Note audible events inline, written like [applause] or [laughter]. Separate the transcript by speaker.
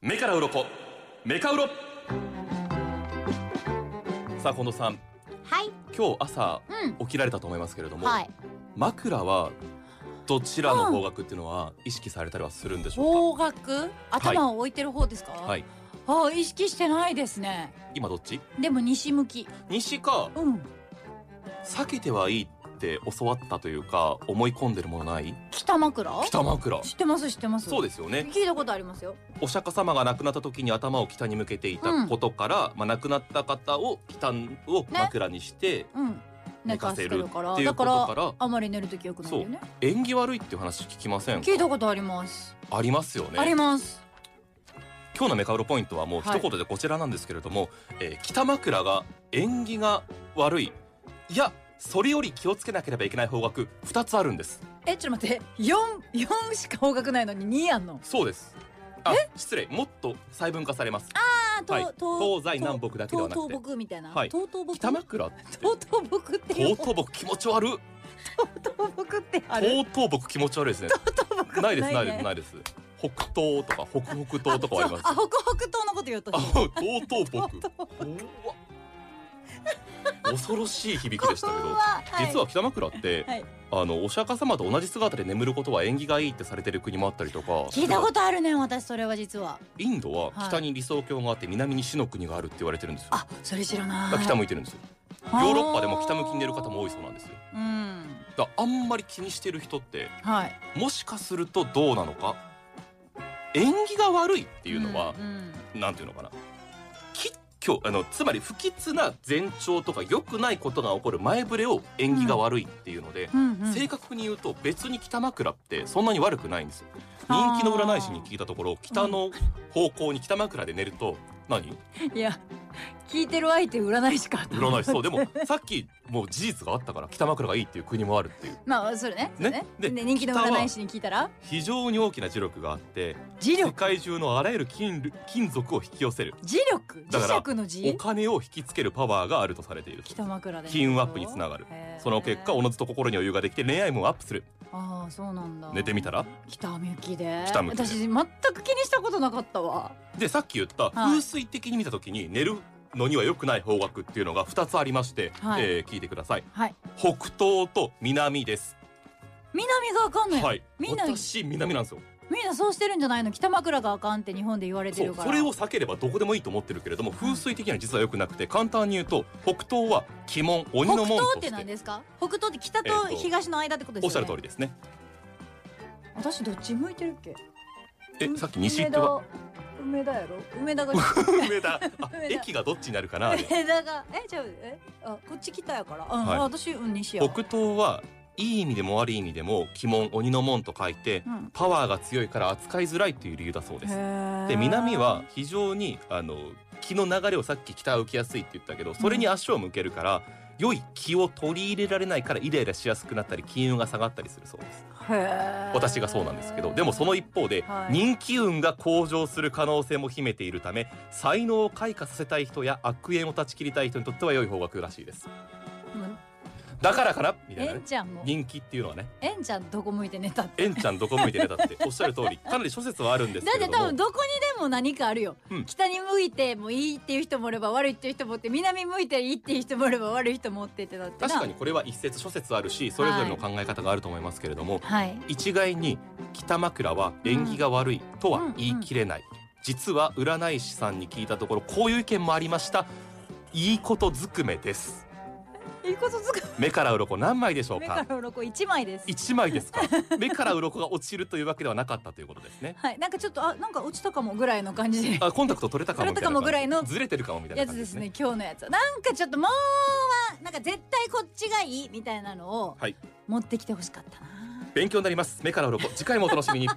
Speaker 1: 目から鱗メカウロさあ近藤さん
Speaker 2: はい。
Speaker 1: 今日朝
Speaker 2: うん。
Speaker 1: 起きられたと思いますけれども、
Speaker 2: はい。
Speaker 1: 枕はどちらの方角っていうのは意識されたりはするんでしょう
Speaker 2: 方角頭を置いてる方ですか、
Speaker 1: かはい
Speaker 2: ああ意識してないですね
Speaker 1: 今どっち
Speaker 2: でも西向き
Speaker 1: 西か
Speaker 2: うん
Speaker 1: 避けてはいいって教わったというか思い込んでるものない
Speaker 2: 北枕
Speaker 1: 北枕
Speaker 2: 知ってます知ってます
Speaker 1: そうですよね
Speaker 2: 聞いたことありますよ
Speaker 1: お釈迦様が亡くなった時に頭を北に向けていたことから、まあ、亡くなった方を北を枕にして
Speaker 2: うん
Speaker 1: 寝かせるっ
Speaker 2: 寝かせ
Speaker 1: てい
Speaker 2: る
Speaker 1: う
Speaker 2: か
Speaker 1: こと
Speaker 2: らだ
Speaker 1: か
Speaker 2: から
Speaker 1: ら
Speaker 2: あまり寝るときよくないんだよね
Speaker 1: 縁起悪いっていう話聞きません
Speaker 2: 聞いたことあります、
Speaker 1: ありますよね
Speaker 2: あります
Speaker 1: 今日のメカウロポイントはもう一言でこちらなんですけれども、えー北枕が縁起が悪いいやそれより気をつけなければいけない方角2つあるんです
Speaker 2: えちょっと待って四四しか方角ないのに二あんの
Speaker 1: そうですあ失礼もっと細分化されます
Speaker 2: あと、
Speaker 1: はい
Speaker 2: と
Speaker 1: 東西南北だけではなくて
Speaker 2: 東東北みたいな、
Speaker 1: はい
Speaker 2: 東東北
Speaker 1: 北
Speaker 2: [laughs]
Speaker 1: 枕って
Speaker 2: 東東北っていう
Speaker 1: 東東木気持ち悪い
Speaker 2: 東北ってある
Speaker 1: 東東木気持ち悪いですね
Speaker 2: 東北
Speaker 1: ないですないです
Speaker 2: い
Speaker 1: ないです北東とか北北東とかはあります
Speaker 2: あそうあ北北東のこと言うと
Speaker 1: あ
Speaker 2: した
Speaker 1: 東東北うわ恐ろしい響きでしたけど実は北枕って、
Speaker 2: はい
Speaker 1: あのお釈迦様と同じ姿で眠ることは縁起がいいってされてる国もあったりとか
Speaker 2: 聞いたことあるね私それは実は
Speaker 1: インドは
Speaker 2: はい
Speaker 1: 北に理想郷があって南に死の国があるって言われてるんですよ、
Speaker 2: あそれ知ら
Speaker 1: だ
Speaker 2: ない
Speaker 1: から北向いてるんですよヨーロッパでも北向きに寝る方も多いそうなんですよ
Speaker 2: うん
Speaker 1: だからあんまり気にしてる人って
Speaker 2: はい
Speaker 1: もしかするとどうなのか縁起が悪いって
Speaker 2: て
Speaker 1: いうのは、なんていうのかな吉挙あのつまり不吉な前兆とか良くないことが起こる前触れを縁起が悪いっていうので、正確に言うと別に北枕ってそんなに悪くないんですよ
Speaker 2: あー
Speaker 1: 人気の占い師に聞いたところ北の方向に北枕で寝ると何
Speaker 2: いや聞いてる相手占いしか
Speaker 1: 占い師そうで
Speaker 2: [laughs]
Speaker 1: もさっきもう事実があったから北枕がいいっていう国もあるっていう
Speaker 2: まあそれねそれね
Speaker 1: ねで
Speaker 2: で人気の占い師に聞いたら
Speaker 1: 非常に大きな磁力があって
Speaker 2: 磁
Speaker 1: 世
Speaker 2: 力
Speaker 1: 界中のあらゆる金類金属を引き寄せる
Speaker 2: 磁力
Speaker 1: だから
Speaker 2: 磁石の
Speaker 1: お
Speaker 2: 磁
Speaker 1: 金を引きつけるパワーがあるとされている
Speaker 2: 北枕で
Speaker 1: 金運アップにつながるその結果お
Speaker 2: お
Speaker 1: のずと心に余裕ができて恋愛もアップする
Speaker 2: ああそうなんだ
Speaker 1: 寝てみたら
Speaker 2: 北向きで
Speaker 1: 北向きで
Speaker 2: 私全く気にしたことなかったわ
Speaker 1: でさっき言った
Speaker 2: はい
Speaker 1: 風水的に見た時に寝るのには良くない方角っていうのが2つありまして、
Speaker 2: はい
Speaker 1: えー聞いてください
Speaker 2: はい
Speaker 1: 北東と南です、
Speaker 2: 南がわかんない
Speaker 1: はい
Speaker 2: みんな
Speaker 1: 私南なんですよ
Speaker 2: みんなそうしてるんじゃないの北枕があかんって日本で言われて
Speaker 1: そう
Speaker 2: るから
Speaker 1: それを避ければどこでもいいと思ってるけれども風水的には実は良くなくて簡単に言うと北東は鬼門鬼
Speaker 2: 北
Speaker 1: の門
Speaker 2: 東
Speaker 1: と
Speaker 2: っ
Speaker 1: して
Speaker 2: て何ですか北東って北と
Speaker 1: えっと
Speaker 2: 東の間ってこと
Speaker 1: お
Speaker 2: で
Speaker 1: っ
Speaker 2: す
Speaker 1: しゃ
Speaker 2: よ
Speaker 1: る
Speaker 2: ね、
Speaker 1: 通りです
Speaker 2: [laughs]
Speaker 1: ね
Speaker 2: 私どっち向いてるっけ
Speaker 1: え
Speaker 2: う
Speaker 1: さっき西っては
Speaker 2: 梅田梅田やろ
Speaker 1: [laughs]
Speaker 2: 梅田が
Speaker 1: 梅田あ
Speaker 2: 梅田
Speaker 1: 駅がどっちになるかなで
Speaker 2: 梅田がえじゃあえあこっち北やからうん、
Speaker 1: はい
Speaker 2: あ私うん西やわ
Speaker 1: 北東はいい意味でも悪い意味でも鬼門鬼の門と書いて
Speaker 2: うん
Speaker 1: パワーが強いから扱いづらいという理由だそうです。
Speaker 2: へ
Speaker 1: で
Speaker 2: ー
Speaker 1: 南は非常にあの気の流れをさっき北は浮きやすいって言ったけどそれに足を向けるから、良い気を取り入れられないからイライラしやすくなったり金運が下がったりするそうです
Speaker 2: へー
Speaker 1: 私がそうなんですけどでもその一方で、
Speaker 2: はい
Speaker 1: 人気運が向上する可能性も秘めているため才能を開花させたい人や悪縁を断ち切りたい人にとっては良い方角らしいです
Speaker 2: うん
Speaker 1: だからかなみたい
Speaker 2: え
Speaker 1: なね
Speaker 2: んちゃんも
Speaker 1: 人気っていうのはね
Speaker 2: えんちゃんどこ向いて寝たって
Speaker 1: えんちゃんどこ向いて寝たっておっしゃる通りかなり諸説はあるんです
Speaker 2: だっ
Speaker 1: け
Speaker 2: て
Speaker 1: れど
Speaker 2: 多
Speaker 1: も
Speaker 2: 分どこにでも何かあるよ、
Speaker 1: うん
Speaker 2: 北に向いてもいいっていう人もおれば悪いっていう人もおって南向いていいっていう人もおれば悪い人もおってってだってな
Speaker 1: 確かにこれは一説諸説あるしそれぞれの考え方があると思いますけれども、
Speaker 2: はい
Speaker 1: 一概に北枕は縁起が悪いとは言い切れない、実は占い師さんに聞いたところこういう意見もありましたいいことずくめです
Speaker 2: いいことずく
Speaker 1: 目から鱗何枚でしょう
Speaker 2: 目か
Speaker 1: から
Speaker 2: 鱗一枚です
Speaker 1: 一枚ですか目から鱗が落ちるというわけではなかったということです
Speaker 2: [laughs]
Speaker 1: ね
Speaker 2: はいなんかちょっとあなんか落ちたかもぐらいの感じで
Speaker 1: あコンタクト取れたかもみたいな感じ
Speaker 2: 取れたかもぐらいの
Speaker 1: ずれてるかもみたいな
Speaker 2: やつ
Speaker 1: 感じ
Speaker 2: で
Speaker 1: です
Speaker 2: す
Speaker 1: ね
Speaker 2: ね今日のやつはなんかちょっともうはなんか絶対こっちがいいみたいなのを
Speaker 1: はい
Speaker 2: 持ってきてほしかったな、
Speaker 1: 勉強になります目から鱗次回もお楽しみに